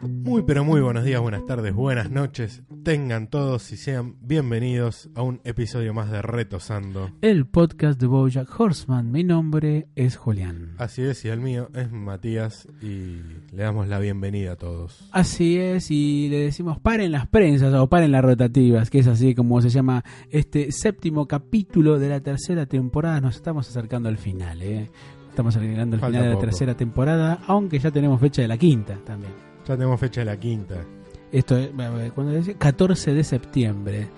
Muy pero muy buenos días, buenas tardes, buenas noches. Tengan todos y sean bienvenidos a un episodio más de Retosando. El podcast de Bojack Horseman. Mi nombre es Julián. Así es, y el mío es Matías y le damos la bienvenida a todos. Así es, y le decimos paren las prensas o paren las rotativas, que es así como se llama este séptimo capítulo de la tercera temporada. Nos estamos acercando al final, ¿eh? Estamos acercando al Falta final de la poco. tercera temporada, aunque ya tenemos fecha de la quinta también. Ya tenemos fecha de la quinta. Esto es, cuando dice 14 de septiembre.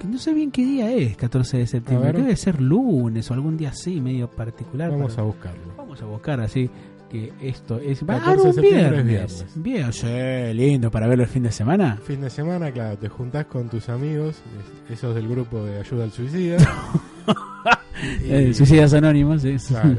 Que No sé bien qué día es 14 de septiembre. ver. Debe ser lunes o algún día así, medio particular. Vamos para- a buscarlo. Vamos a buscar así que esto es. Va 14 de un septiembre es viernes. viernes. Bien, sí, lindo para verlo el fin de semana. Fin de semana, claro, te juntás con tus amigos, es- esos del grupo de ayuda al suicida. Y- Eh, Suicidas Anónimos, sí. claro.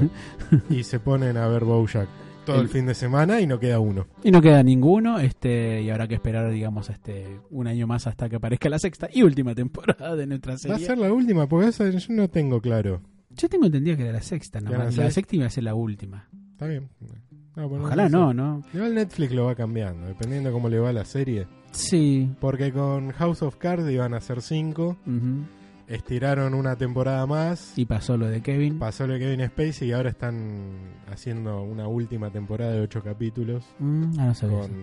y se ponen a ver Bojack todo el, fin de semana y no queda uno. Y no queda ninguno, este, y habrá que esperar, digamos, este, un año más hasta que aparezca la sexta y última temporada de nuestra Va a serie. ser la última, porque esa yo no tengo claro. Yo tengo entendido que era la sexta, Era la nomás. La sexta. séptima es la última. Está bien. No, pero Ojalá sé. no, ¿no? Igual Netflix lo va cambiando, dependiendo cómo le va a la serie. Sí. Porque con House of Cards iban a ser cinco, Ujú. estiraron una temporada más, Y pasó lo de Kevin. pasó lo de Kevin Spacey y ahora están haciendo una última temporada de ocho capítulos Mm, ah, no sabía eso. con,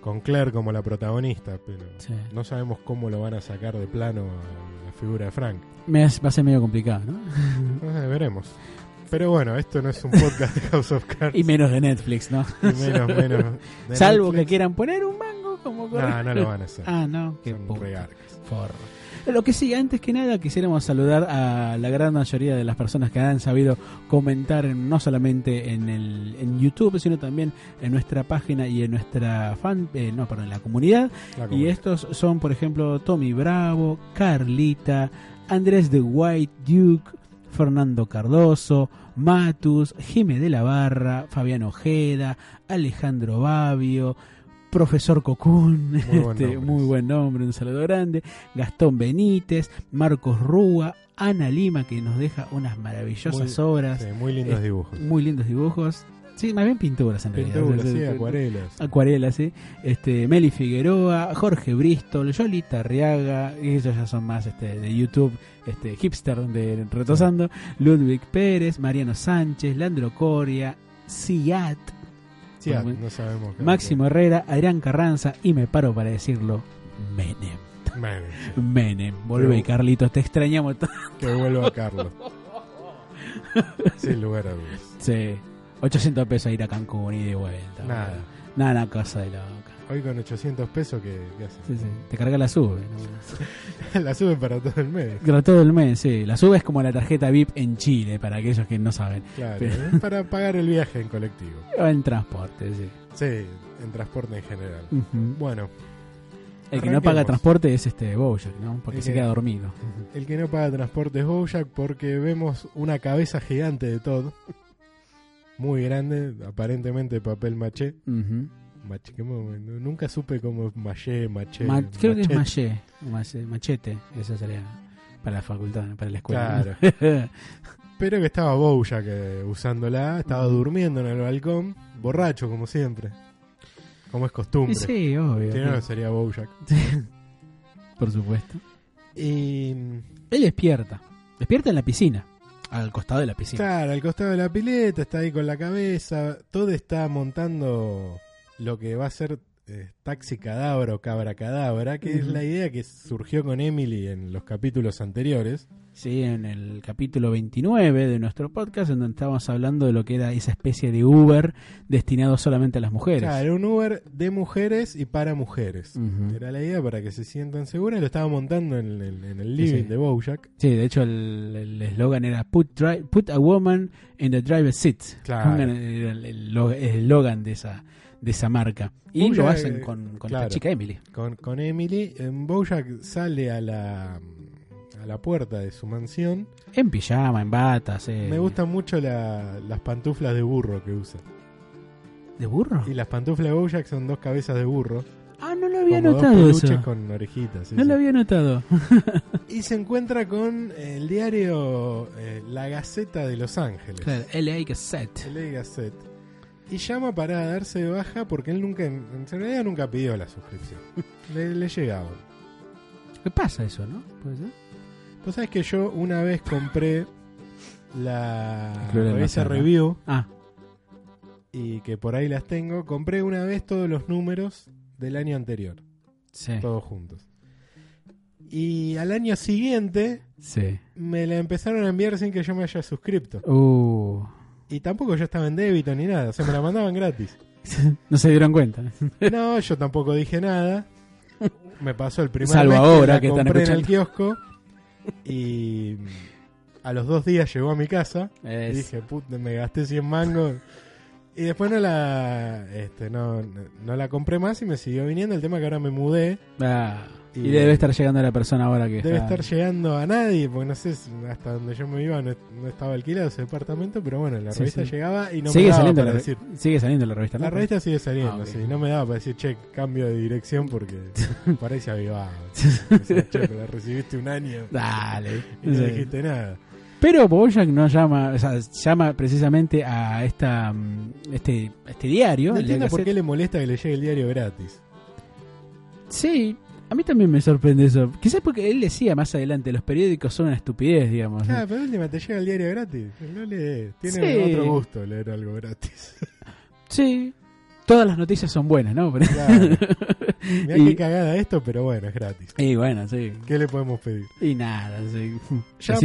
con Claire como la protagonista, pero Sí. no sabemos cómo lo van a sacar de plano a la figura de Frank. Me hace- va a ser medio complicado, ¿no? No sé, veremos. Pero bueno, esto no es un podcast de House of Cards. Y menos de Netflix, ¿no? y menos, menos. de Salvo que Netflix. quieran poner un mango como No, no lo van a hacer. Ah, no, qué Son puto regarcas. forro. Lo que sí, antes que nada, quisiéramos saludar a la gran mayoría de las personas que han sabido comentar en- no solamente en, el, en YouTube, sino también en nuestra página y en nuestra fan, eh, no, perdón, en la comunidad. La Y comunidad. estos son, por ejemplo, Tommy Bravo, Carlita, Andrés de White Duke, Fernando Cardoso, Matus, Jime de la Barra, Fabián Ojeda, Alejandro Babio, Profesor Cocún, Muy buen este, nombre. muy buen nombre, un saludo grande, Gastón Benítez, Marcos Rúa, Ana Lima, que nos deja unas maravillosas Muy- obras, Sí, muy lindos eh, dibujos. muy lindos dibujos, sí, más bien pinturas en realidad. Pinturas, Sí, sí, sí, sí. acuarelas. Acuarela, sí. Este, Meli Figueroa, Jorge Bristol, Yolita Arriaga, y ellos ya son más este, de YouTube, este, hipster de Retosando, Ludwig Pérez, Mariano Sánchez, Landro Coria, Siat, Sí, ah, muy- no sabemos. qué- Máximo Herrera, Adrián Carranza, y me paro para decirlo, Menem. Bueno, Menem, volvé Pero- Carlitos, te extrañamos. t- que vuelva Carlos. Sin lugar a dudas. sí, 800 pesos a ir a Cancún y de vuelta. Nada. boludo. Nada, una cosa de loca. Hoy con 800 pesos, ¿qué, qué haces? Sí, sí, Te carga la sube. ¿no? La sube para todo el mes. Pero todo el mes, sí. La sube es como la tarjeta VIP en Chile, para aquellos que no saben. Claro, Pero- es para pagar el viaje en colectivo. O en transporte, sí. Sí, en transporte en general. Ujú. Bueno, El que no paga Arranquemos. transporte es este Bojack, ¿no? Porque El se que- queda dormido. el que no paga transporte es Bojack porque vemos una cabeza gigante de Todd. Muy grande, aparentemente de papel maché. Ujú. Maché, ¿cómo? No- Nunca supe cómo es maché, maché. Ma- creo que es machete. maché, maché- machete, eso sería para la facultad, para la escuela. Claro. Pero que estaba Bojack eh, usándola, estaba durmiendo en el balcón, borracho como siempre. Como es Y costumbre. sí, Si no, no obvio. sería Bojack. Por supuesto. Y Él despierta. Despierta en la piscina. Al costado de la piscina. claro, al costado de la pileta, está ahí con la cabeza. Todo está montando lo que va a ser eh, taxi cadabra o cabra cadabra, que es Ujú. la idea que surgió con Emily en los capítulos anteriores. Sí, en el capítulo 29 de nuestro podcast, en donde estábamos hablando de lo que era esa especie de Uber destinado solamente a las mujeres. Claro, un Uber de mujeres y para mujeres. Ujú. Era la idea para que se sientan seguras. Lo estaba montando en el, en el Sí, living sí. de Bojack. Sí, de hecho el el eslogan era put, dri- put a woman in the driver's seat. Claro. Pongan el- el- el lo- el eslogan de esa, de esa marca. Y Uy, lo ya, hacen eh, con, con claro. esta chica Emily. con, con Emily. em, Bojack sale a la, a la puerta de su mansión. En pijama, en batas. eh. Me gustan mucho la- las pantuflas de burro que usa. ¿De burro? Y las pantuflas de Bojack son dos cabezas de burro. Ah, no lo había como dos notado peluches eso. con orejitas. sí, No sí. lo había notado. Y se encuentra con el diario eh, La Gaceta de Los Ángeles. Claro, LA Cassette. LA Gazette. Y llama para darse de baja porque él nunca, en realidad nunca pidió la suscripción. Le, le llegaba. ¿Qué pasa eso, no? ¿Puede ser? Vos sabés que yo una vez compré la El Club de la revista Manzana. Review Ah, y que por ahí las tengo. Compré una vez todos los números del año anterior, sí. todos juntos. Y al año siguiente Sí. me la empezaron a enviar sin que yo me haya suscripto. Uh. Y tampoco yo estaba en débito ni nada, se me la mandaban gratis. no se dieron cuenta. No, yo tampoco dije nada. Me pasó el primer Salvo mes ahora la que están compré en el kiosco y a los dos días llegó a mi casa y Es- dije, puta, me gasté 100 mangos. Y después no la este, no, no la compré más y me siguió viniendo. El tema que ahora me mudé. Ah, y, Y- debe estar llegando la persona ahora que Debe está- estar llegando a nadie, porque no sé si hasta donde yo me iba, no, no estaba alquilado ese departamento, pero bueno, la Sí, revista sí. llegaba y no me sigue, daba saliendo para la, decir. sigue saliendo la revista. ¿no? La revista sigue saliendo, Ah, ok. sí. No me daba para decir, che, cambio de dirección porque por ahí se avivaba. O sea, che, pero la recibiste un año Dale. y no Sí. dijiste nada. Pero Bojack no llama, o sea, llama precisamente a esta mm, este, este diario. No el de entiendo por Gazette. qué le molesta que le llegue el diario gratis. Sí, a mí también me sorprende eso. Quizás porque él decía más adelante, los periódicos son una estupidez, digamos. Claro, pero última te llega el diario gratis. No lees. Tiene Sí. otro gusto leer algo gratis. Sí, todas las noticias son buenas, ¿no? Pero- Claro. Mirá Y- qué cagada esto, pero bueno, es gratis. y bueno, sí. ¿Qué le podemos pedir? Y nada, sí. Así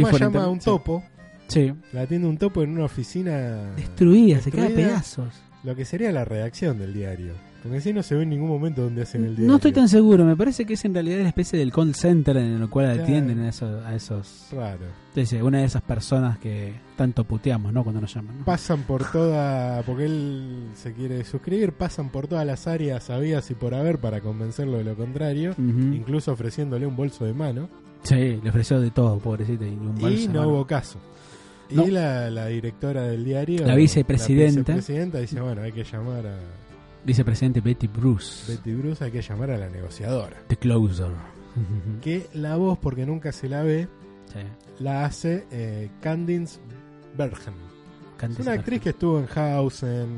Llama, fue la llama a un internet. topo. Sí. La atiende un topo en una oficina. Destruida, se cae a Destruida. pedazos. Lo que sería la redacción del diario. Porque si no se ve en ningún momento donde hacen el diario. No estoy tan seguro, me parece que es en realidad la especie del call center en el cual Claro. atienden a esos, a esos Raro. dice, una de esas personas que tanto puteamos, ¿no? Cuando nos llaman. ¿no? pasan por toda, porque él se quiere suscribir, pasan por todas las áreas habidas y por haber para convencerlo de lo contrario, Ujú. incluso ofreciéndole un bolso de mano, Sí, le ofreció de todo, pobrecito. Y, un y bolso, no bueno. hubo caso. Y No. la, la directora del diario, La vicepresidenta. la vicepresidenta dice, bueno, hay que llamar a Vicepresidente Betty Bruce, Betty Bruce, hay que llamar a la negociadora. The Closer. Que la voz, porque nunca se la ve, Sí. la hace eh, Candice Bergen. Es Cante una esa actriz que estuvo en House, en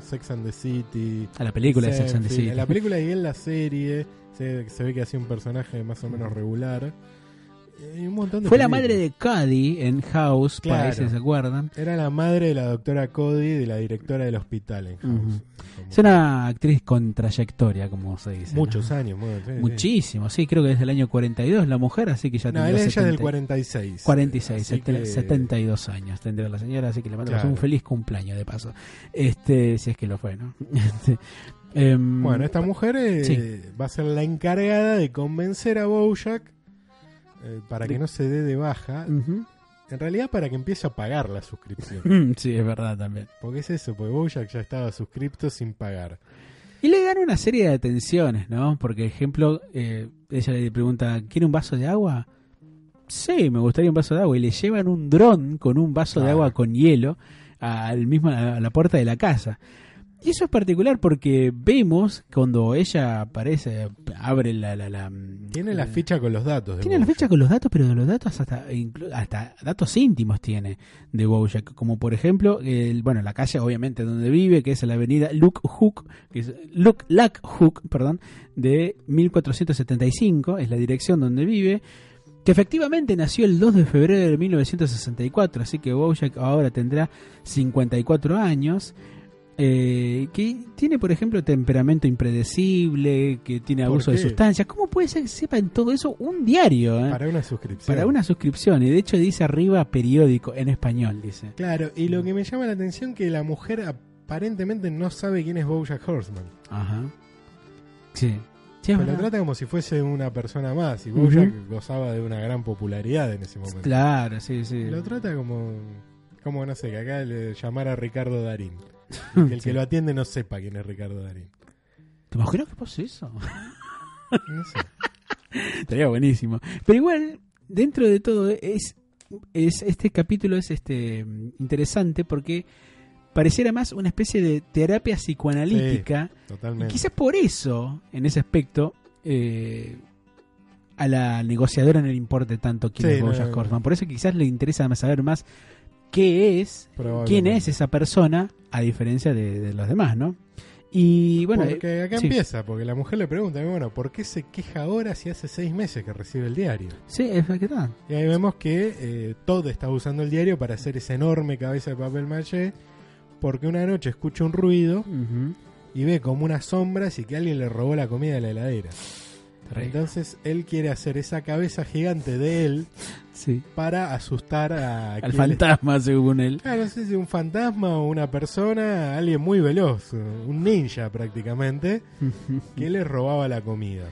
Sex and the City, parte. A la película de Sex and the Seinfeld. City. En la película y en la serie se, se ve que hacía un personaje más o menos regular. Y un montón de Mm. Fue la películas. madre de Cuddy en House, para Claro. ahí si se acuerdan. Era la madre de la doctora Cody, de la directora del hospital en House. Como- Es una actriz con trayectoria, como se dice. ¿no? Muchos años. bueno, sí, sí. Muchísimo, sí, creo que desde el año 42 la mujer, así que ya No, tendrá él- ella es del 70 46. 46, Así setenta- que- 72 años tendrá la señora, así que le mandamos Claro. un feliz cumpleaños de paso. Este, si es que lo fue, ¿no? Este, em, Bueno, esta mujer eh, Sí. va a ser la encargada de convencer a Bojack eh, para que De- no se dé de baja. ujú. En realidad, para que empiece a pagar la suscripción. Sí, es verdad también. Porque es eso, porque Bojack ya estaba suscripto sin pagar. Y le dan una serie de tensiones, ¿no? Porque, ejemplo, eh, ella le pregunta, ¿quiere un vaso de agua? Sí, me gustaría un vaso de agua. Y le llevan un dron con un vaso de Claro. agua con hielo al mismo, a la puerta de la casa. Y eso es particular porque vemos cuando ella aparece, abre la... la, la- Tiene la eh, ficha con los datos. de Tiene la Bojack. fecha con los datos, pero de los datos hasta inclu- hasta datos íntimos tiene de Bojack, como por ejemplo, el, bueno, la calle obviamente donde vive, que es la avenida Luke Hook, que es Luke Lack Hook, perdón, de 1475, es la dirección donde vive, que efectivamente nació el 2 de febrero de 1964, así que Bojack ahora tendrá 54 años. eh, que tiene, por ejemplo, temperamento impredecible, que tiene ¿Por abuso de qué? sustancias. ¿Cómo puede ser que sepa en todo eso un diario? eh? Para una suscripción. Para una suscripción, y de hecho dice arriba periódico en español, dice. Claro, y Mm. lo que me llama la atención que la mujer aparentemente no sabe quién es Bojack Horseman. Ajá. Sí. Sí, es Pero lo verdad. trata como si fuese una persona más. Y Bojack gozaba de una gran popularidad en ese momento. Claro, sí, sí. Lo trata como. Como no sé, que acá le llamara a Ricardo Darín. Y que el que lo atiende no sepa quién es Ricardo Darín. ¿Te imaginas que pasó eso? No sé. Estaría buenísimo. Pero igual, dentro de todo, es, es este capítulo es este mm, interesante porque pareciera más una especie de terapia psicoanalítica. Totalmente. Y quizás por eso, en ese aspecto, eh, a la negociadora no le importe tanto quién Sí, es no, Bojack no. Horseman. Por eso quizás le interesa más saber más qué es, quién Probablemente. es esa persona, a diferencia de, de los demás, ¿no? Y bueno, eh, porque acá sí. empieza, porque la mujer le pregunta, bueno, ¿por qué se queja ahora si hace seis meses que recibe el diario? eh, sí, es verdad que está. Y ahí vemos que eh, Todd está usando el diario para hacer esa enorme cabeza de papel maché, porque una noche escucha un ruido Ujú. y ve como unas sombras y que alguien le robó la comida de la heladera. Entonces él quiere hacer esa cabeza gigante de él Sí. para asustar a... Al quien le- fantasma, según él. Ah, no sé si un fantasma o una persona, alguien muy veloz, un ninja prácticamente, que le robaba la comida.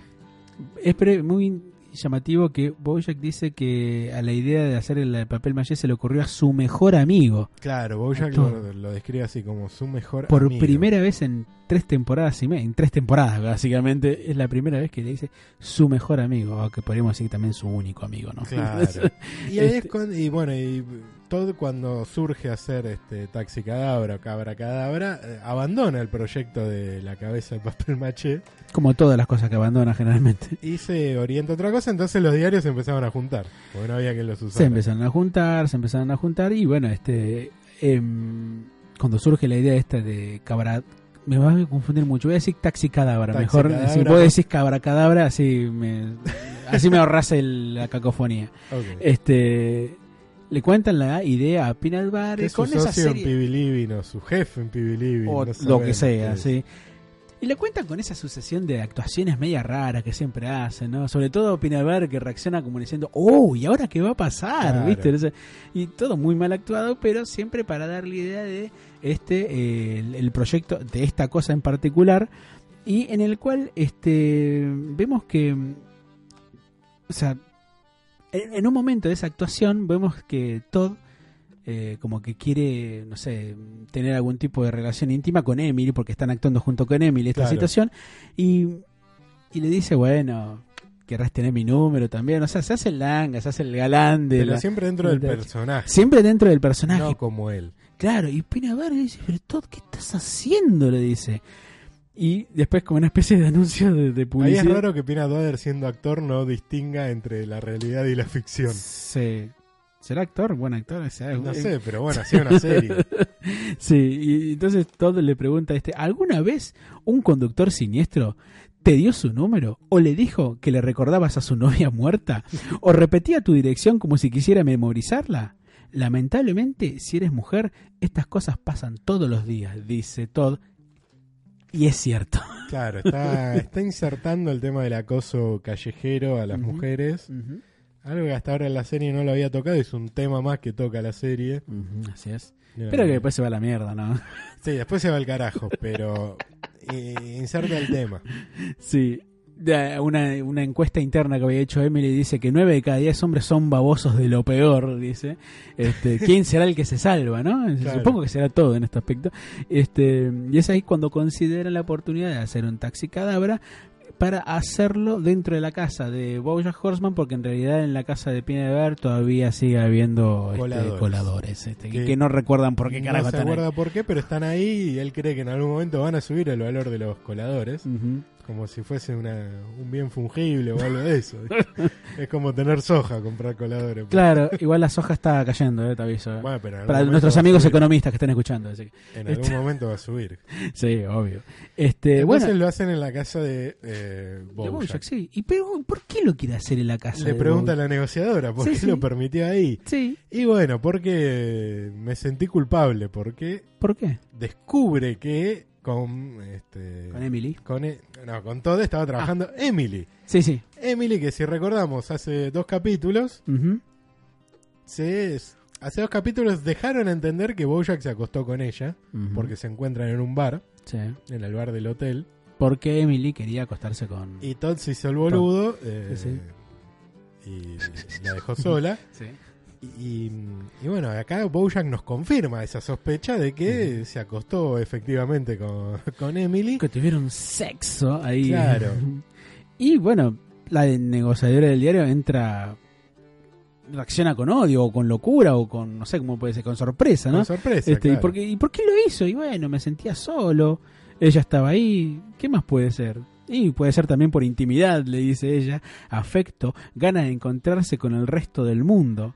Es pre- muy llamativo que Bojack dice que a la idea de hacer el papel maché se le ocurrió a su mejor amigo. Claro, Bojack Actor. lo, lo describe así como su mejor Por amigo. primera vez en tres temporadas y me- en tres temporadas básicamente es la primera vez que le dice su mejor amigo, o que podríamos decir también su único amigo, ¿no? Claro. Y ahí es Este- cuando- y bueno, y Todd cuando surge a hacer este Taxi Cadabra o Cabra Cadabra, eh, abandona el proyecto de la cabeza de papel maché Como todas las cosas que abandona generalmente. y se orienta a otra cosa, entonces los diarios se empezaron a juntar, porque no había que los Se usara. empezaron a juntar, se empezaron a juntar y bueno, este em, cuando surge la idea esta de cabra me vas a confundir mucho, voy a decir taxi cadabra, Taxi mejor cadabra. si vos decís cabra cadabra, así me así me ahorras el- la cacofonía. Ok. Este le cuentan la idea a Pinal Que Bar es con su esa socio en serie Pibilibin o su jefe en Pibilibin. o no eh, lo sabemos que qué sea, es. sí. Y le cuentan con esa sucesión de actuaciones media raras que siempre hacen, ¿no? Sobre todo Pinaver que reacciona como diciendo, ¡Oh! ¿Y ahora qué va a pasar? Claro. ¿Viste? No sé. Y todo muy mal actuado, pero siempre para dar la idea de este eh, el, el proyecto, de esta cosa en particular, y en el cual este vemos que. mm, O sea, en, en un momento de esa actuación vemos que Todd eh, como que quiere, no sé, tener algún tipo de relación íntima con Emily, porque están actuando junto con Emily esta Claro. situación, y, y le dice, bueno, querrás tener mi número también, o sea, se hace el langa, se hace el galán de... Pero la- siempre dentro del de la- personaje, Siempre dentro del personaje, no como él. claro, y Pina Vargas dice, pero Todd, ¿qué estás haciendo? le dice. Y después como una especie de anuncio de, de Ahí publicidad. es raro que Pina Doder siendo actor no distinga entre la realidad y la ficción. Se- ¿Será actor? Buen actor. o sea, No eh, sé, pero bueno, hacía una serie. Sí, y entonces Todd le pregunta a este, ¿alguna vez un conductor siniestro te dio su número o le dijo que le recordabas a su novia muerta o repetía tu dirección como si quisiera memorizarla? Lamentablemente, si eres mujer, estas cosas pasan todos los días, dice Todd. Y es cierto. Claro, está, está insertando el tema del acoso callejero a las Ujú. mujeres. Algo que hasta ahora en la serie no lo había tocado, es un tema más que toca la serie. Así es. Pero que después se va a la mierda, ¿no? Sí, después se va al carajo, pero eh, inserta el tema. Sí. De- Una, una encuesta interna que había hecho Emily dice que 9 de cada 10 hombres son babosos de lo peor, dice. Este, ¿Quién será el que se salva, no? Claro. Supongo que será todo en este aspecto. Este, y es ahí cuando consideran la oportunidad de hacer un taxi cadabra para hacerlo dentro de la casa de Bojack Horseman, porque en realidad en la casa de Pina de Bar todavía sigue habiendo este, coladores, Coladores. este, que, Que- que no recuerdan por qué carajo no se están ahí. acuerda por qué, pero están ahí y él cree que en algún momento van a subir el valor de los coladores, Ujú. como si fuese una, un bien fungible o algo de eso. es como tener soja, comprar coladores. Claro, igual la soja está cayendo, eh, te aviso. eh. Bueno, pero en algún Para momento nuestros va a amigos subir. economistas que están escuchando. así que- En algún momento va a subir. sí, obvio. Este, Entonces bueno, lo hacen en la casa de eh, de Bojack. Bojack, sí. ¿Y pero, por qué lo quiere hacer en la casa? Le de pregunta a Bojack? la negociadora por Sí, qué sí. lo permitió ahí. Sí, Y bueno, porque me sentí culpable, porque ¿por qué? descubre que con este Con Ah. Emily. con e- no, con Todd estaba trabajando Emily. Sí, sí. Emily que si recordamos hace dos capítulos Ujú. se hace dos capítulos dejaron entender que Bojack se acostó con ella porque se encuentran en un bar, Sí. en el bar del hotel Porque Emily quería acostarse con. y Todd se hizo el boludo eh, Sí, y la dejó sola. Sí. Y, y bueno, acá Bojack nos confirma esa sospecha de que se acostó efectivamente con, con Emily. Que tuvieron sexo ahí. Claro. Y bueno, la de- negociadora del diario entra. Reacciona con odio o con locura o con, no sé cómo puede ser, con sorpresa, ¿no? Con sorpresa. Este, ¿y, claro. por qué, ¿Y por qué lo hizo? Y bueno, me sentía solo, ella estaba ahí, ¿qué más puede ser? Y puede ser también por intimidad, le dice ella, afecto, ganas de encontrarse con el resto del mundo.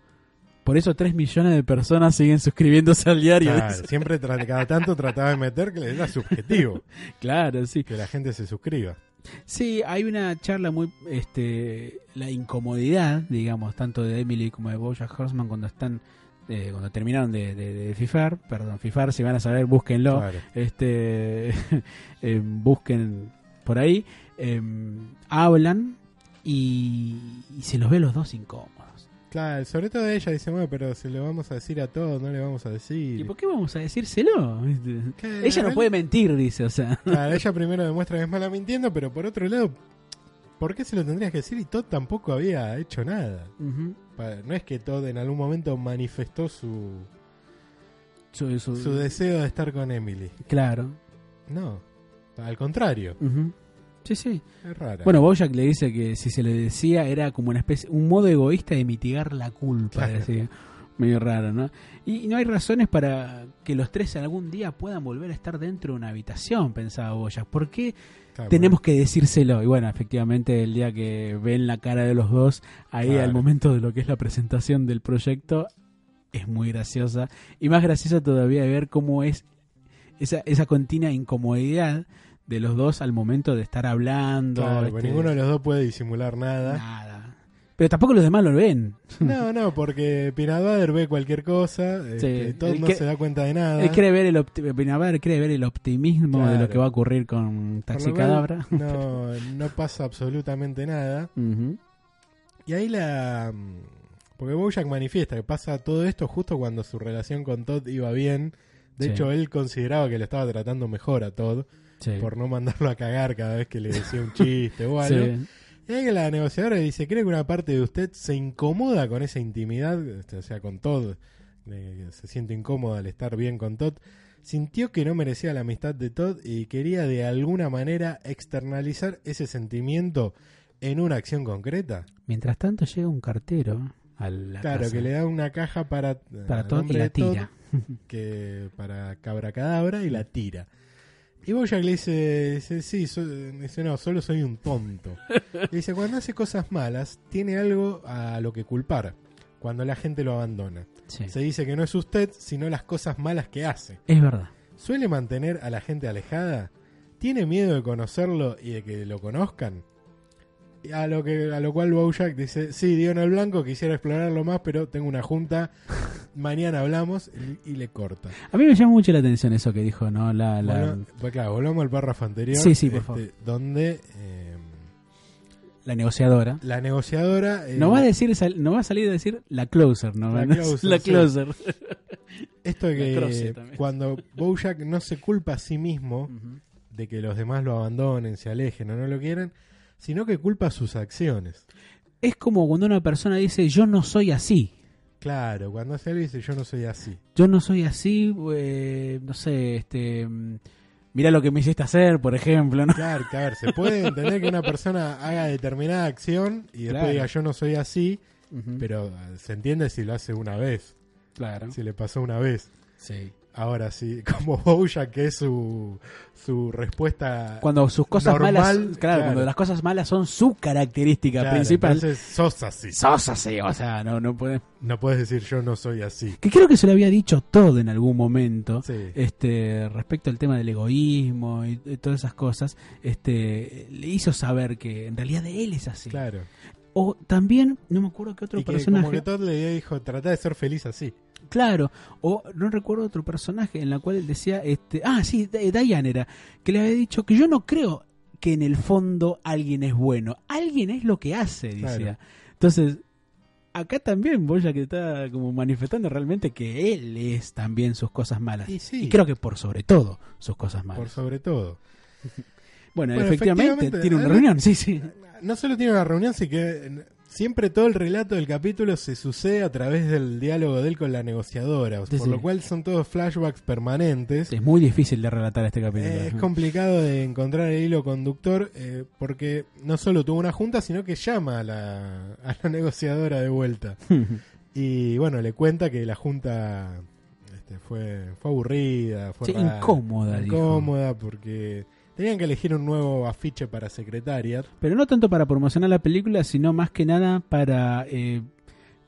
Por eso 3 millones de personas siguen suscribiéndose al diario. Claro, dice. siempre tra- cada tanto trataba de meter que era subjetivo Claro, sí. que la gente se suscriba. Sí, hay una charla muy, este, la incomodidad, digamos, tanto de Emily como de Boya Horseman cuando están, eh, cuando terminaron de, de, de fifar, perdón, fifar, si van a saber, búsquenlo, Claro. este, em, busquen por ahí, em, hablan y, y se los ve a los dos incómodos. Claro, sobre todo ella dice, bueno, pero se lo vamos a decir a todos, no le vamos a decir. ¿Y por qué vamos a decírselo? Este, Claro, Ella no puede mentir, dice, o sea. Claro, ella primero demuestra que es mala mintiendo, pero por otro lado, ¿por qué se lo tendrías que decir? Y Todd tampoco había hecho nada. Ujú. Pa- No es que Todd en algún momento manifestó su, Su- su- su deseo de estar con Emily. claro. No, al contrario, Ujú. Sí, sí. es rara. Bueno, Bojack le dice que si se le decía era como una especie, un modo egoísta de mitigar la culpa, Claro. decía. Medio raro, ¿no? Y no hay razones para que los tres algún día puedan volver a estar dentro de una habitación, pensaba Bojack. ¿Por qué Claro, tenemos que decírselo? Y bueno, efectivamente, el día que ven la cara de los dos, ahí Claro. al momento de lo que es la presentación del proyecto, es muy graciosa. Y más graciosa todavía de ver cómo es esa, esa continua incomodidad de los dos al momento de estar hablando. Claro, este, pero ninguno de los dos puede disimular nada. Nada. Pero tampoco los demás lo ven. No, no, porque Pinabader ve cualquier cosa, este, Todd él no cre- se da cuenta de nada. Él quiere ver el, opti- Benabar quiere ver el optimismo de lo Claro. que va a ocurrir con Por lo Taxicadabra. cual, No, no pasa absolutamente nada. Ujú. Y ahí la... mm, Porque Bojack manifiesta que pasa todo esto justo cuando su relación con Todd iba bien. De Sí. hecho, él consideraba que lo estaba tratando mejor a Todd Sí. por no mandarlo a cagar cada vez que le decía un chiste o Sí. algo. Y ahí la negociadora le dice, creo que una parte de usted se incomoda con esa intimidad, este, o sea, con Todd, eh, se siente incómoda al estar bien con Todd, sintió que no merecía la amistad de Todd y quería de alguna manera externalizar ese sentimiento en una acción concreta. Mientras tanto llega un cartero a la claro, casa que le da una caja para, para al Todd y hombre la de Todd, tira. que para cabra cadabra y la tira. Y Bojack le dice, dice, sí, so- dice, no, solo soy un tonto. Le dice, cuando hace cosas malas, tiene algo a lo que culpar. Cuando la gente lo abandona. Sí. Se dice que no es usted, sino las cosas malas que hace. Es verdad. ¿Suele mantener a la gente alejada? ¿Tiene miedo de conocerlo y de que lo conozcan? Y A lo, que, a lo cual Bojack dice, sí, dio en el blanco, quisiera explorarlo más, pero tengo una junta, mañana hablamos y, y le corta. A mí me llama mucho la atención eso que dijo, ¿no? La, la- Volve- pues claro, volvamos al párrafo anterior. Este, Sí, sí, por favor. Donde eh, la negociadora. la negociadora... eh, No va, a decir, sal- no va a salir a decir la closer, ¿no? La closer, La sí. closer. Esto de la croce que también. cuando Bojack no se culpa a sí mismo Ujú. de que los demás lo abandonen, se alejen o no lo quieran, sino que culpa a sus acciones. Es como cuando una persona dice, yo no soy así. Claro, cuando hace algo dice yo no soy así. Yo no soy así, eh, no sé, este... mm, Mira lo que me hiciste hacer, por ejemplo, ¿no? Claro, que a ver, se puede entender que una persona haga determinada acción y después Claro. diga yo no soy así, Ujú. pero eh, se entiende si lo hace una vez, claro. si le pasó una vez. Sí. Ahora sí, como Bojack que es su, su respuesta Cuando sus cosas Normal, malas... Claro, claro. cuando las cosas malas son su característica Claro, principal. entonces sos así. Sos así, o sea, no, no puedes... No puedes decir yo no soy así. Que creo que se lo había dicho todo en algún momento. Sí. este respecto al tema del egoísmo y, y todas esas cosas, este le hizo saber que en realidad él es así. Claro. O también, no me acuerdo qué otro Y que personaje. como que Todd le dijo, trata de ser feliz así. Claro, o no recuerdo otro personaje en la cual él decía, este, ah, sí, D- Diane era, que le había dicho que yo no creo que en el fondo alguien es bueno, alguien es lo que hace, decía. Claro. Entonces, acá también Boya que está como manifestando realmente que él es también sus cosas malas. Y sí. Y creo que por sobre todo sus cosas malas. Por sobre todo. Bueno, Bueno, efectivamente, efectivamente, tiene una ¿eh? reunión, sí, sí. No solo tiene una reunión, sino que eh, siempre todo el relato del capítulo se sucede a través del diálogo de él con la negociadora. Sí, por sí. lo cual son todos flashbacks permanentes. Es muy difícil de relatar este capítulo. Eh, es Ajá. complicado de encontrar el hilo conductor eh, porque no solo tuvo una junta, sino que llama a la, a la negociadora de vuelta. Y bueno, le cuenta que la junta este, fue, fue aburrida, fue Sí, rara, incómoda, dijo. incómoda porque Tenían que elegir un nuevo afiche para Secretariat. Pero no tanto para promocionar la película, sino más que nada para eh,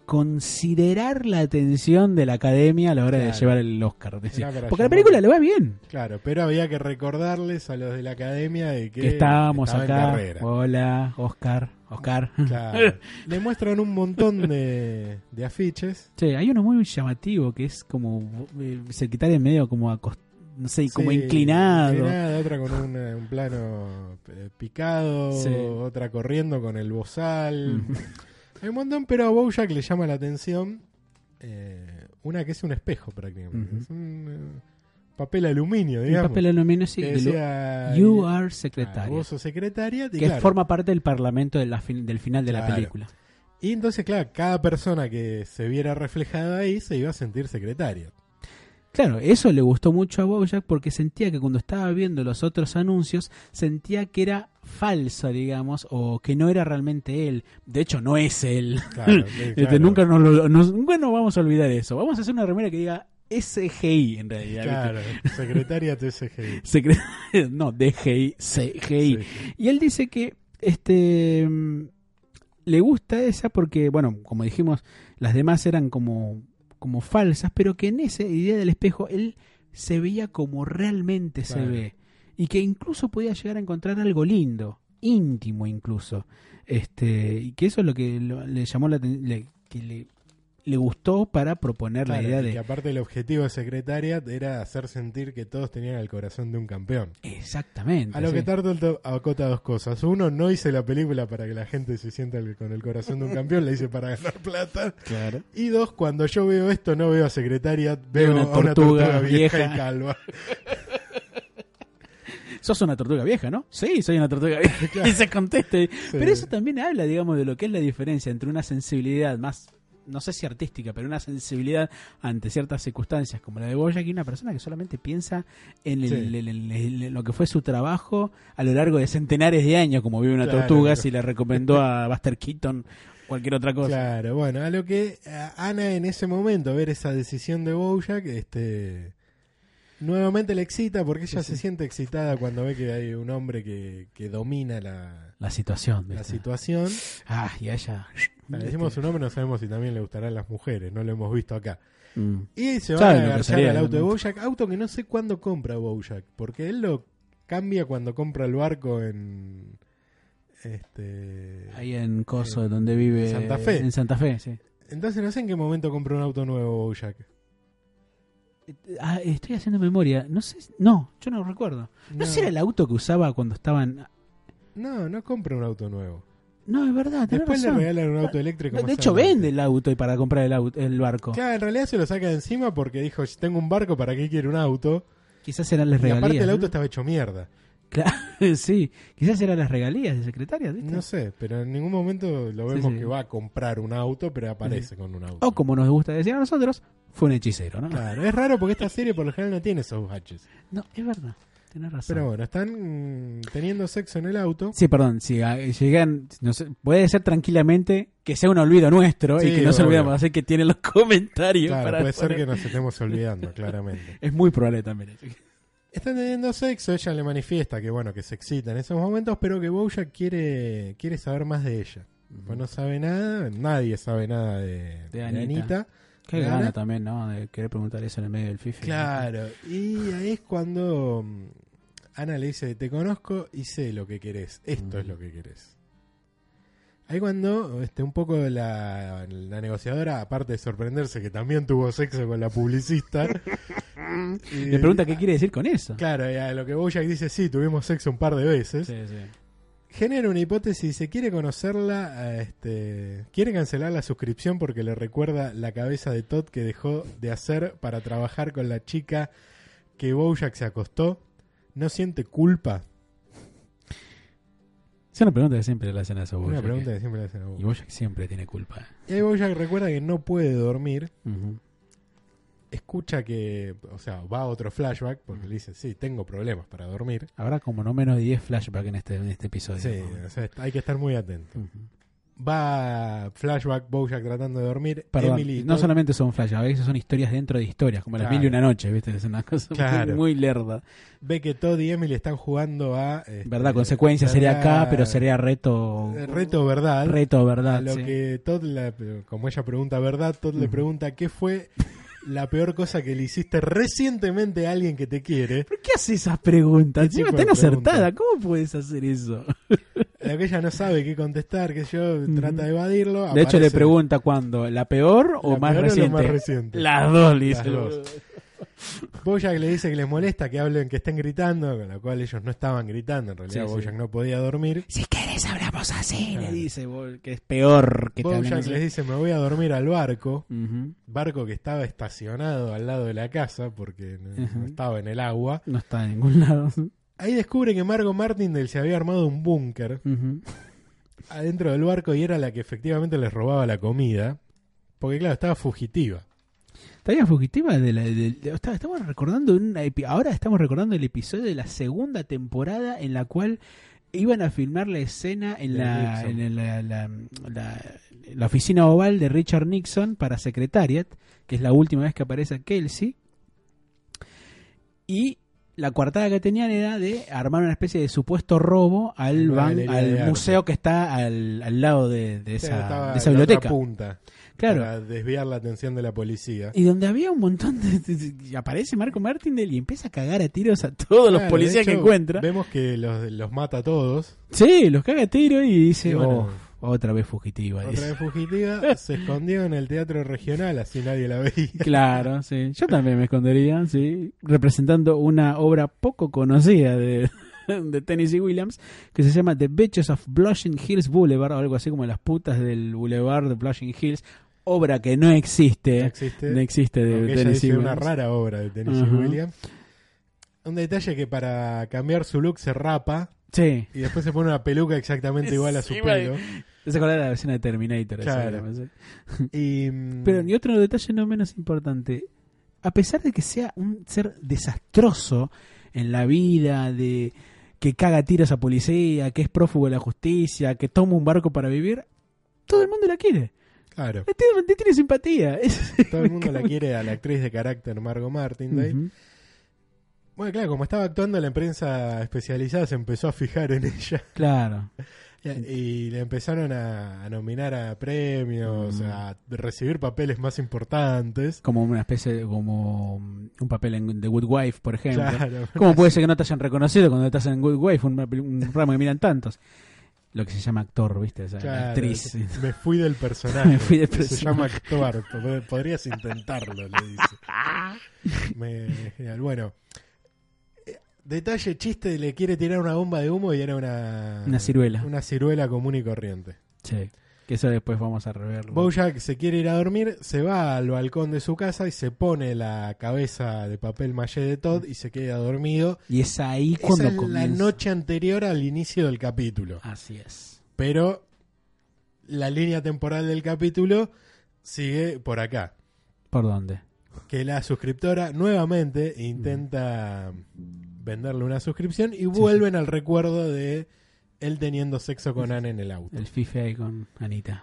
considerar la atención de la academia a la hora de Claro. llevar el Oscar. decía. Era para Porque la llamar- película le va bien. Claro, pero había que recordarles a los de la academia de que, Que estábamos estaba en acá. carrera. Hola, Oscar. Oscar. Claro. Le muestran un montón de, de afiches. Che, hay uno muy llamativo que es como eh, secretaria medio como acost- no sé, como Sí, inclinado. inclinada, otra con un, eh, un plano eh, picado, Sí. otra corriendo con el bozal. Mm. Hay un montón, pero a Bojack le llama la atención eh, una que es un espejo prácticamente. Ujú. Es un eh, papel aluminio, Un digamos. papel aluminioso y que de lo- decía, You are ah, secretaria. vos sos secretaria. Y, que claro, forma parte del parlamento de la fin- del final de la Claro. película. y entonces, claro, cada persona que se viera reflejada ahí se iba a sentir secretaria. Claro, eso le gustó mucho a Bojack porque sentía que cuando estaba viendo los otros anuncios sentía que era falso, digamos, o que no era realmente él. De hecho, no es él. Claro, sí, Este, claro. nunca nos lo, nos- nunca nos vamos a olvidar eso. Vamos a hacer una remera que diga SGI en realidad. ¿viste? Claro, secretaria TSG. Secre- no, DGI, CGI. Y él dice que este mm, le gusta esa porque, bueno, como dijimos, las demás eran como, como falsas, pero que en esa idea del espejo él se veía como realmente se Claro. ve. Y que incluso podía llegar a encontrar algo lindo, íntimo incluso. Este, y que eso es lo que lo- le llamó la aten- le- que le, le gustó para proponer Claro, la idea y que de... aparte el objetivo de Secretariat era hacer sentir que todos tenían el corazón de un campeón. Exactamente. A lo sí. que Turtle acota dos cosas. Uno, no hice la película para que la gente se sienta el- con el corazón de un campeón, la hice para ganar plata. Claro. Y dos, cuando yo veo esto, no veo a Secretariat, veo una a una tortuga tortuga, vieja, vieja. y calva. Sos una tortuga vieja, ¿no? Sí, soy una tortuga vieja. Claro. Y se conteste. Este, Pero eso también habla, digamos, de lo que es la diferencia entre una sensibilidad más, no sé si artística, pero una sensibilidad ante ciertas circunstancias como la de Boyack y una persona que solamente piensa en el- Sí. el- el- el- lo que fue su trabajo a lo largo de centenares de años, como vive una Claro, tortuga, claro. si le recomendó a Buster Keaton cualquier otra cosa. Claro, bueno, a lo que a Ana en ese momento, ver esa decisión de Bojack, este, nuevamente le excita porque ella Sí, se sí. siente excitada cuando ve que hay un hombre que, que domina la, La situación. la ¿viste? situación. Ah, y a ella. Le decimos su nombre, no sabemos si también le gustarán las mujeres, no lo hemos visto acá. Mm. Y se va a Saben lo que agarrar sería, al auto de ¿no? Bojack, auto que no sé cuándo compra Bojack, porque él lo cambia cuando compra el barco en... Este... Ahí en Coso, donde vive. Santa Fe. En Santa Fe, sí. Entonces no sé en qué momento compró un auto nuevo Bojack. Ah, estoy haciendo memoria. No sé. No, yo no recuerdo. ¿No, será el auto que usaba cuando estaban.? No, no compra un auto nuevo. No, es verdad, tenés Después razón. le regalan un auto eléctrico. No, más de hecho, adelante. vende el auto y para comprar el, auto, el barco. Claro, en realidad se lo saca de encima porque dijo, "Si tengo un barco, ¿para qué quiero un auto? Quizás eran las Y regalías. aparte el ¿no? auto estaba hecho mierda. Claro, sí, quizás eran las regalías de secretaria, ¿viste? No sé, pero en ningún momento lo Sí, vemos sí. que va a comprar un auto, pero aparece con un auto. O como nos gusta decir a nosotros, fue un hechicero, ¿no? Claro, es raro porque esta serie por lo general no tiene esos baches. No, es verdad, tenés razón. Pero bueno, están mm, teniendo sexo en el auto. Sí, perdón, si ah, llegan, no sé, puede ser tranquilamente que sea un olvido nuestro y Sí, que no se obvio. olvidamos, así que tienen los comentarios Claro, para puede ser poner. que nos estemos olvidando, claramente. Es muy probable también. así que- Están teniendo sexo, ella le manifiesta que bueno, que se excita en esos momentos, pero que Bojack quiere, quiere saber más de ella. Pues no sabe nada, nadie sabe nada de, de Anita. Anita. Qué Claro. gana también, ¿no? De querer preguntar eso en el medio del FIFA. Claro, y ahí es cuando mm, Ana le dice, te conozco y sé lo que querés, esto Mm. es lo que querés. Ahí cuando este, un poco la, la negociadora, aparte de sorprenderse que también tuvo sexo con la publicista, Le pregunta qué quiere decir con eso. Eh, Claro, y a lo que Bojack dice, sí, tuvimos sexo un par de veces. Sí, sí. genera una hipótesis, se quiere conocerla, a este, quiere cancelar la suscripción porque le recuerda la cabeza de Todd que dejó de hacer para trabajar con la chica que Bojack se acostó. No siente culpa. Es una pregunta que siempre le hacen a esos Una Bojack, pregunta ¿eh? que siempre le hacen a Y Bojack. Bojack siempre tiene culpa. Y ahí Bojack recuerda que no puede dormir, Ujú. escucha que, o sea, va a otro flashback porque le dice, sí, tengo problemas para dormir. Habrá como no menos de 10 flashbacks en este, en este episodio. Sí, o sea, hay que estar muy atento. Ujú. Va Flashback, Bojack tratando de dormir. Perdón, Emily. y no Todd- solamente son flash, a veces son historias dentro de historias, como las Claro. mil y una noche, ¿viste? Es una cosa muy- Claro. muy lerda. Ve que Todd y Emily están jugando a. este, ¿Verdad? Consecuencia sería acá, verdad- eh, pero sería reto. Reto, ¿verdad? Reto, A ¿verdad? lo sí. que Todd, la- como ella pregunta verdad, Todd le Ujú. pregunta qué fue la peor cosa que le hiciste recientemente a alguien que te quiere. ¿Por qué haces esas preguntas? ¿Qué Encima tipo de tan acertada. pregunta? ¿Cómo puedes hacer eso? A lo que ella no sabe qué contestar, que yo trata de evadirlo. De hecho, le aparece- pregunta cuándo. ¿La peor o Ah, La más peor o la reciente? más reciente. Las dos, le Las dice. el dos. boludo. Bojack le dice que les molesta que hablen, que estén gritando, con lo cual ellos no estaban gritando. En realidad, Sí, sí. Bojack no podía dormir. Si querés, hablamos así. Le Claro. dice bol, que es peor que te hablen Bojack así. les dice: Me voy a dormir al barco. Ujú. Barco que estaba estacionado al lado de la casa porque no- no Ujú. estaba en el agua. No está en ningún lado. Ahí descubre que Margot Martindale se había armado un búnker Ujú. adentro del barco y era la que efectivamente les robaba la comida. Porque, claro, estaba fugitiva. Tarea fugitiva de la. de- de- está- estamos recordando una epi- ahora estamos recordando el episodio de la segunda temporada en la cual iban a filmar la escena en, De la, Nixon. en la, la- la- la oficina oval de Richard Nixon para Secretariat, que es la última vez que aparece Kelsey. Y la coartada que tenían era de armar una especie de supuesto robo al, Una ban- galería de al arte. museo que está al, al lado de, de O sea, esa, estaba de esa en la otra biblioteca. punta Claro. Para desviar la atención de la policía. Y donde había un montón de, de- de- aparece Marco Martindale y empieza a cagar a tiros a todos los Claro, policías de que hecho, encuentra. Vemos que los, los mata a todos. Sí, los caga a tiros y dice, Y bueno, "Oh, otra vez fugitiva. otra dice. vez fugitiva, se escondió en el teatro regional, así nadie la veía. Claro, sí. Yo también me escondería, sí. Representando una obra poco conocida de, de Tennessee Williams que se llama The Bitches of Blushing Hills Boulevard o algo así como las putas del Boulevard de Blushing Hills. Obra que no No existe. existe. No existe Eh, de aunque ella Tennessee dice una Williams. rara obra de Tennessee Ajá. Williams. Un detalle que para cambiar su look se rapa Sí. y después se pone una peluca exactamente igual a su Sí, pelo. Se acuerda de la escena de Terminator. esa Claro. era, sí. Y, mm, Pero y otro detalle no menos importante, a pesar de que sea un ser desastroso en la vida, de que caga tiros a policía, que es prófugo de la justicia, que toma un barco para vivir, todo el mundo la quiere. claro, Le tiene, le tiene simpatía. Es- todo el mundo la quiere a la actriz de carácter Margot Martindale. Ujú. Bueno, claro, como estaba actuando la prensa especializada se empezó a fijar en ella. Claro. Y le empezaron a, a nominar a premios, Mm. a recibir papeles más importantes. Como una especie de, como un papel en The Good Wife, por ejemplo. Claro. ¿Cómo puede ser que no te hayan reconocido cuando estás en Good Wife, un, un ramo que miran tantos? Lo que se llama actor, ¿viste? O sea, Claro. actriz. Me fui del personaje. Me fui del Se personaje. llama actuar. Pod- Podrías intentarlo, le dice. Me- genial. Bueno. Eh, Detalle, chiste, le quiere tirar una bomba de humo y era una... Una ciruela. Una ciruela común y corriente. Sí, que eso después vamos a reverlo. Bojack se quiere ir a dormir, se va al balcón de su casa y se pone la cabeza de papel maché de Todd y se queda dormido. y es ahí Esa cuando es comienza. la noche anterior al inicio del capítulo. Así es. Pero la línea temporal del capítulo sigue por acá. ¿Por dónde? Que la suscriptora nuevamente intenta venderle una suscripción y vuelven al recuerdo de él teniendo sexo con Ana en el auto. El Fife ahí con Anita.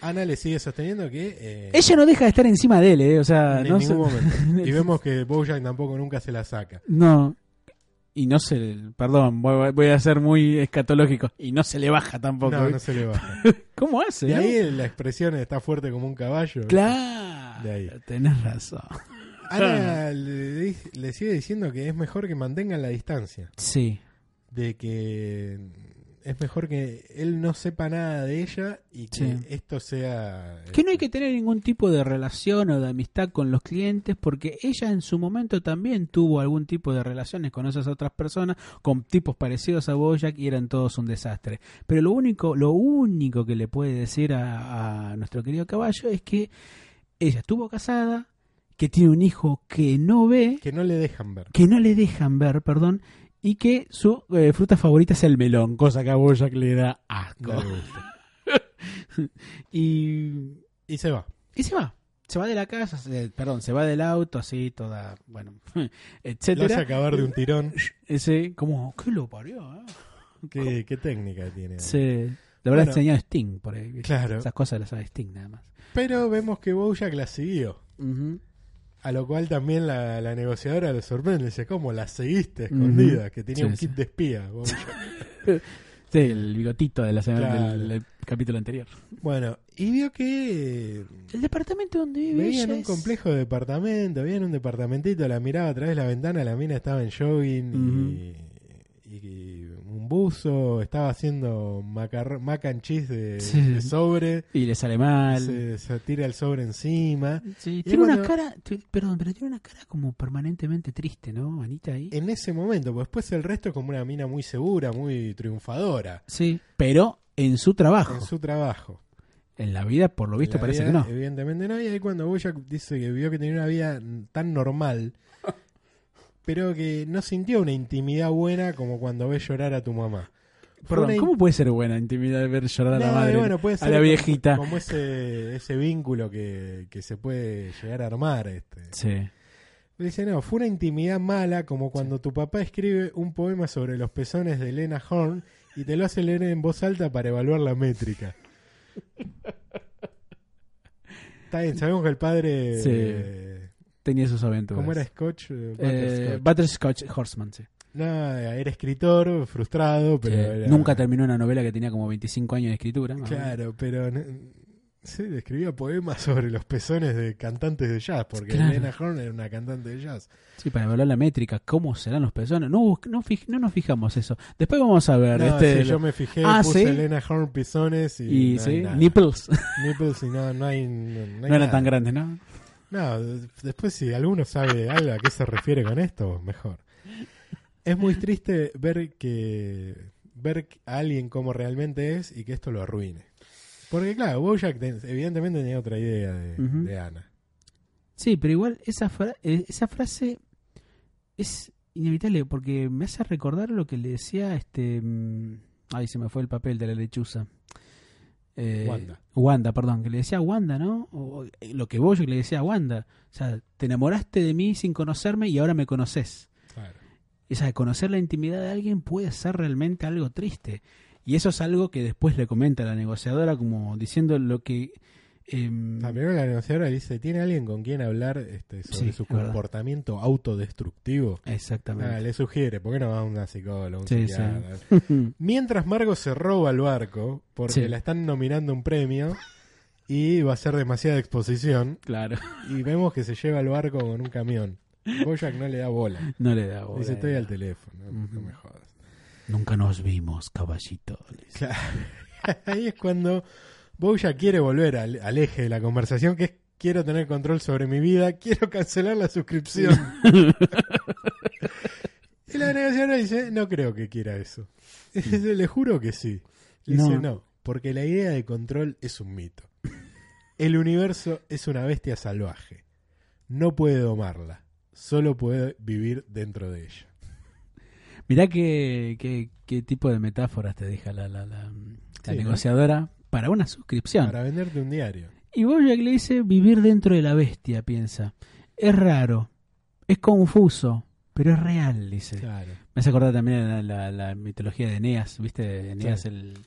Ana le sigue sosteniendo que... eh, Ella no deja de estar encima de él, ¿eh? O sea, en no ningún se... momento. Y vemos que Bojack tampoco nunca se la saca. No. Y no se... Perdón, voy, voy a ser muy escatológico. Y no se le baja tampoco. No, no ¿viste? se le baja. ¿Cómo hace? De no? ahí la expresión está fuerte como un caballo. Claro. De ahí. Tenés razón. Ana le, di- le sigue diciendo que es mejor que mantengan la distancia, Sí. de que es mejor que él no sepa nada de ella y que Sí. esto sea... eh, Que no hay que tener ningún tipo de relación o de amistad con los clientes porque ella en su momento también tuvo algún tipo de relaciones con esas otras personas, con tipos parecidos a Bojack y eran todos un desastre. Pero lo único, lo único que le puede decir a, a nuestro querido caballo es que ella estuvo casada, que tiene un hijo que no ve, que no le dejan ver. que no le dejan ver, perdón, y que su eh, fruta favorita es el melón, cosa que a Bojack le da asco. No le gusta. Y Y se va. Y se va. Se va de la casa, se- perdón, se va del auto, así, toda, bueno, Lo hace etcétera. acabar de un tirón. Ese, como, ¿qué lo parió? eh?" ¿Qué, qué técnica tiene? Sí. Lo habrá Bueno. enseñado Sting, por ahí. Claro. Esas cosas las sabe Sting nada más. Pero vemos que Bojack la siguió. Ujú. A lo cual también la, la negociadora le sorprende. Dice, ¿cómo la seguiste escondida? Ujú. Que tenía Sí, un sí. kit de espía. Bojack. Sí, el bigotito de la semana Claro. del, del capítulo anterior. bueno, y vio que eh, El departamento donde vive veía en ella un es- complejo de departamento, veía en un departamentito, la miraba a través de la ventana, la mina estaba en jogging y, y un buzo, estaba haciendo macarr- mac and cheese de, Sí. de sobre, Y le sale mal. se, se tira el sobre encima. Sí, Y tiene una cuando- cara, tu- perdón, pero tiene una cara como permanentemente triste, ¿no, Anita? Ahí? En ese momento, pues después el resto es como una mina muy segura, muy triunfadora Sí, pero en su trabajo. en En, su trabajo. la vida, por lo visto, La parece vida, que no. Evidentemente no. Y ahí cuando Bojack dice que vio que tenía una vida tan normal, pero que no sintió una intimidad buena como cuando ves llorar a tu mamá. Fue Perdón, una in- ¿cómo puede ser buena intimidad ver llorar a la No, madre? bueno, puede ser a la como- viejita. Como, ese, ese vínculo que, que se puede llegar a armar. Este. Sí. Dice, no, fue una intimidad mala como cuando tu papá escribe un poema sobre los pezones de Elena Horn y te lo hace leer en voz alta para evaluar la métrica. Está bien, sabemos que el padre... Sí. eh, Tenía sus aventuras. ¿Cómo era Scotch? Eh, Eh, Butterscotch. Butterscotch Horseman, sí. No, era escritor, frustrado, pero... Sí, era- Nunca terminó una novela que tenía como 25 años de escritura. más o menos. Claro, pero... no- Sí, escribía poemas sobre los pezones de cantantes de jazz, porque Claro. Elena Horn era una cantante de jazz. Sí, para evaluar la métrica, cómo serán los personas. No, bus- no, fij- no nos fijamos eso. Después vamos a ver. No, este, sí, yo me fijé, Ah, puse ¿sí? Elena Horn pezones y, y no hay sí, nada. nipples. Nipples y no, no hay. No, no hay no eran nada. tan grandes, ¿no? No, de- después si alguno sabe algo a qué se refiere con esto, mejor. Es muy triste ver que ver a alguien como realmente es y que esto lo arruine. Porque claro, Bojack ten- evidentemente tenía otra idea de, Ujú. de Ana. Sí, pero igual esa, fra- eh, esa frase es inevitable porque me hace recordar lo que le decía este. mm, Ay, se me fue el papel de la lechuza. Eh, Wanda. Wanda, perdón, que le decía a Wanda, ¿no? O- o, eh, lo que Boyo le decía a Wanda. O sea, te enamoraste de mí sin conocerme y ahora me conoces. Claro. O sea, conocer la intimidad de alguien puede ser realmente algo triste. Y eso es algo que después le comenta la negociadora, como diciendo lo que. em, La primera la negociadora le dice, ¿tiene alguien con quien hablar este, sobre Sí, su es verdad. comportamiento autodestructivo? exactamente. Ah, le sugiere, ¿por qué no va a una psicóloga? Un Sí, sí. psiquiatra? Mientras Margo se roba el barco, porque Sí. la están nominando un premio y va a ser demasiada exposición, claro. y vemos que se lleva el barco con un camión. Bojack no le da bola. No le da bola. Dice, estoy al teléfono, no Ujú. me jodas. Nunca nos vimos, caballito. Ahí es cuando Bojack quiere volver al, al eje de la conversación, que es quiero tener control sobre mi vida, quiero cancelar la suscripción. y la negociadora dice, no creo que quiera eso. Y dice, le juro que sí. Le No. dice, no, porque la idea de control es un mito. El universo es una bestia salvaje. No puede domarla, solo puede vivir dentro de ella. Mirá qué, qué, qué tipo de metáforas te deja la, la, la, la Sí, negociadora para una suscripción. Para venderte un diario. Y Bojack le dice vivir dentro de la bestia, piensa. Es raro, es confuso, pero es real, dice. Claro. Me hace acordar también a la, la- la mitología de Eneas, ¿viste? Eneas, Sí. el,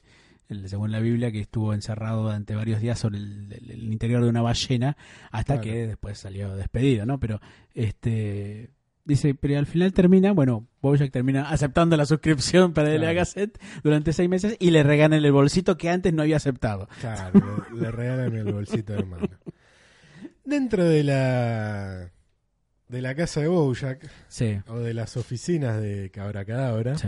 el- según la Biblia, que estuvo encerrado durante varios días sobre el, el- el interior de una ballena, hasta Claro. que después salió despedido, ¿no? Pero, este. Dice, pero al final termina, bueno, Bojack termina aceptando la suscripción para Claro. la Gazette durante seis meses y le regalan el bolsito que antes no había aceptado. Claro, le, le regalan el bolsito de mano. Dentro de la de la casa de Bojack Sí. o de las oficinas de Cabra Cadabra, Sí.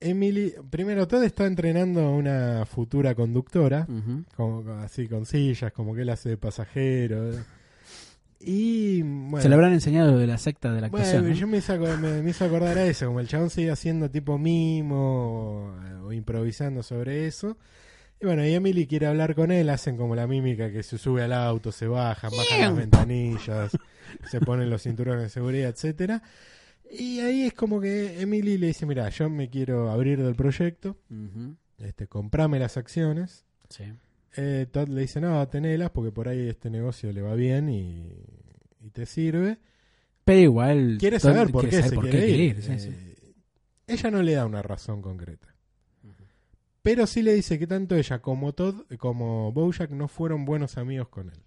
Emily, primero Todd está entrenando a una futura conductora, Ujú. como, así con sillas, como que él hace de pasajero. Y bueno, Se lo habrán enseñado de la secta de la bueno, actuación. ¿no? yo me hice, aco- me- me hice acordar a eso, como el chabón sigue haciendo tipo mimo o, o improvisando sobre eso. Y bueno, y Emily quiere hablar con él, hacen como la mímica que se sube al auto, se bajan, bajan las ventanillas, se ponen los cinturones de seguridad, etcétera. Y ahí es como que Emily le dice, mira, yo me quiero abrir del proyecto, Ujú. este, comprame las acciones. Sí. Eh, Todd le dice, no, tenelas porque por ahí este negocio le va bien y- y te sirve. Pero igual. Quiere todo- saber por qué se quiere ir. sí, sí. Eh, Ella no le da una razón concreta. Pero sí le dice que tanto ella como Todd como Bojack no fueron buenos amigos con él.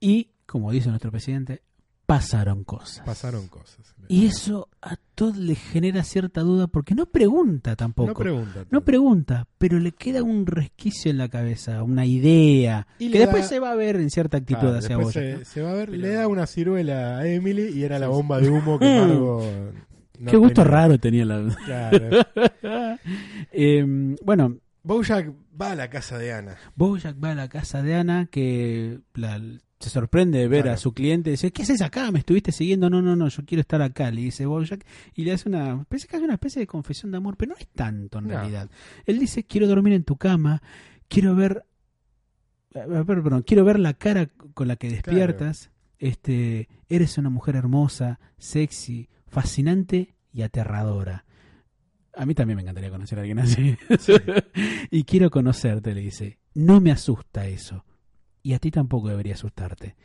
Y, como dice nuestro presidente, pasaron cosas. Pasaron cosas. Y eso a Todd le genera cierta duda porque no pregunta tampoco. No pregunta. No pregunta, pero le queda un resquicio en la cabeza, una idea, Y le que después da- se va a ver en cierta Claro, actitud hacia después Bojack. se, ¿no? se va a ver, Pero- le da una ciruela a Emily y era la bomba de humo que Margo. no Qué gusto tenía. raro tenía la... Claro. Eh, bueno, Bojack va a la casa de Ana. Bojack va a la casa de Ana que la- se sorprende de ver Claro. a su cliente y dice, ¿qué haces acá? ¿Me estuviste siguiendo? No, no, no, yo quiero estar acá, le dice Bojack y le hace una, parece que hace una especie de confesión de amor, pero no es tanto en No. realidad. Él dice, quiero dormir en tu cama, quiero ver, eh, perdón, quiero ver la cara con la que despiertas, este, eres una mujer hermosa, sexy, fascinante y aterradora. A mí también me encantaría conocer a alguien así. y quiero conocerte, le dice. No me asusta eso. Y a ti tampoco debería asustarte.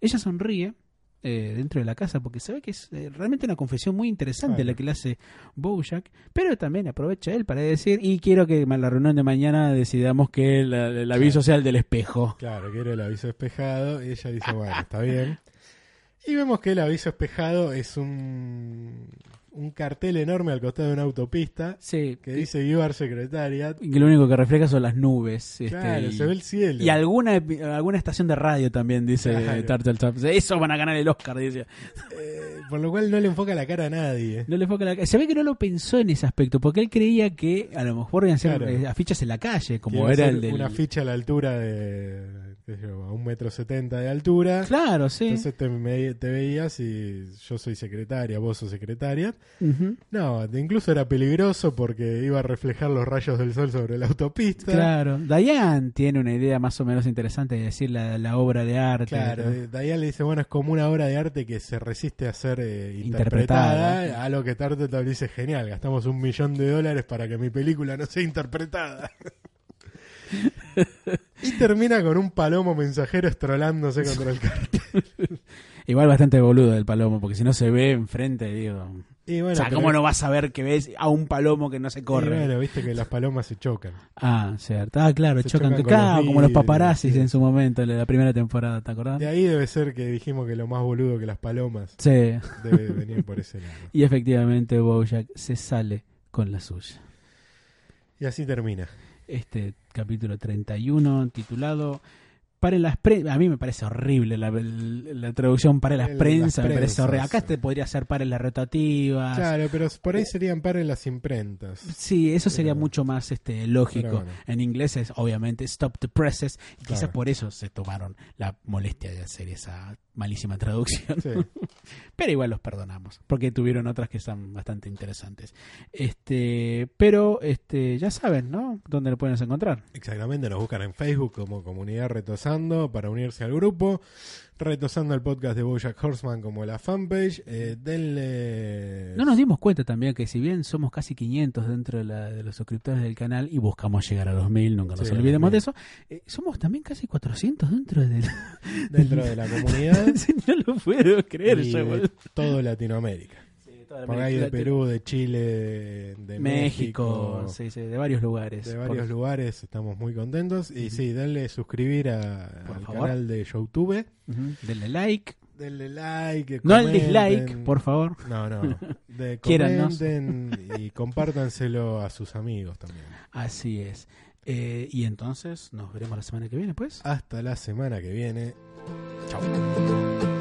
Ella sonríe eh, dentro de la casa porque sabe que es eh, realmente una confesión muy interesante Claro. la que le hace Bojack, pero también aprovecha él para decir, y quiero que en la reunión de mañana decidamos que el, el aviso Claro. sea el del espejo. Claro, que era el aviso espejado. Y ella dice, bueno, está bien. Y vemos que el aviso espejado es un, un cartel enorme al costado de una autopista Sí, que dice You are Secretariat. que lo único que refleja son las nubes. este, Claro, y- se ve el cielo. Y alguna, alguna estación de radio también, dice Claro. Turtle Top. Dice, Eso van a ganar el Oscar, dice. Eh, por lo cual no le enfoca la cara a nadie. No le enfoca la ca- Se ve que no lo pensó en ese aspecto, porque él creía que a lo mejor iban a ser Claro. eh, afiches en la calle, Que como va a era ser el del... Una ficha a la altura de. qué sé yo, a un metro setenta de altura. Claro, sí. Entonces te, me- te veías y yo soy secretaria, vos sos secretaria. Ujú. No, de- incluso era peligroso porque iba a reflejar los rayos del sol sobre la autopista. Claro. Diane tiene una idea más o menos interesante de decir la, la obra de arte. Claro, ¿no? eh, Dayan le dice, bueno, es como una obra de arte que se resiste a ser eh, Interpretada. interpretada, a lo que Tartetal dice, genial, gastamos un millón de dólares para que mi película no sea interpretada. y termina con un palomo mensajero estrolándose contra el carro. Igual bastante boludo del palomo, porque si no se ve enfrente, digo... Y bueno, o sea, pero- ¿cómo no vas a ver que ves a un palomo que no se y corre? bueno, viste que las palomas se chocan. Ah, cierto. Ah, claro, Se chocan. chocan con claro, los como los vidrios, paparazzis sí. en su momento, la la primera temporada, ¿te acordás? De ahí debe ser que dijimos que lo más boludo que las palomas Sí. debe venir por ese lado. Y efectivamente Bojack se sale con la suya. Y así termina. este capítulo 31 titulado para las pre- a mí me parece horrible la, la traducción para las El- las prensas, me parece prensas, horrible. Acá sí. te podría ser para las rotativas. Claro, pero por ahí serían pares las imprentas. Sí, eso sería Pero- mucho más este lógico. pero bueno. En inglés es obviamente stop the presses y quizás Claro. por eso se tomaron la molestia de hacer esa malísima traducción. Sí. Pero igual los perdonamos, porque tuvieron otras que están bastante interesantes. Este, pero este ya saben, ¿no? Dónde lo pueden encontrar. Exactamente, nos buscan en Facebook como Comunidad Retosando para unirse al grupo. Retosando el podcast de Bojack Horseman como la fanpage. Eh, denle. No nos dimos cuenta también que si bien somos casi 500 dentro de, la- de los suscriptores del canal y buscamos llegar a los 1000, nunca nos Sí, a los olvidemos 1000. de eso, eh, somos también casi 400 dentro de la... dentro de la comunidad. no lo puedo creer y yo, de boludo. todo Latinoamérica. Por ahí de Perú, de Chile, de, de México, sí, sí, de varios lugares. de varios Por- lugares. Estamos muy contentos. Y sí, denle suscribir a- Por al favor. canal de YouTube. Ujú, Denle like, Denle like. no al comenten. dislike, por favor. No, no. De, Quiérannos. comenten y compártanselo a sus amigos también. Así es. Eh, y entonces nos veremos la semana que viene, pues. Hasta la semana que viene. Chao.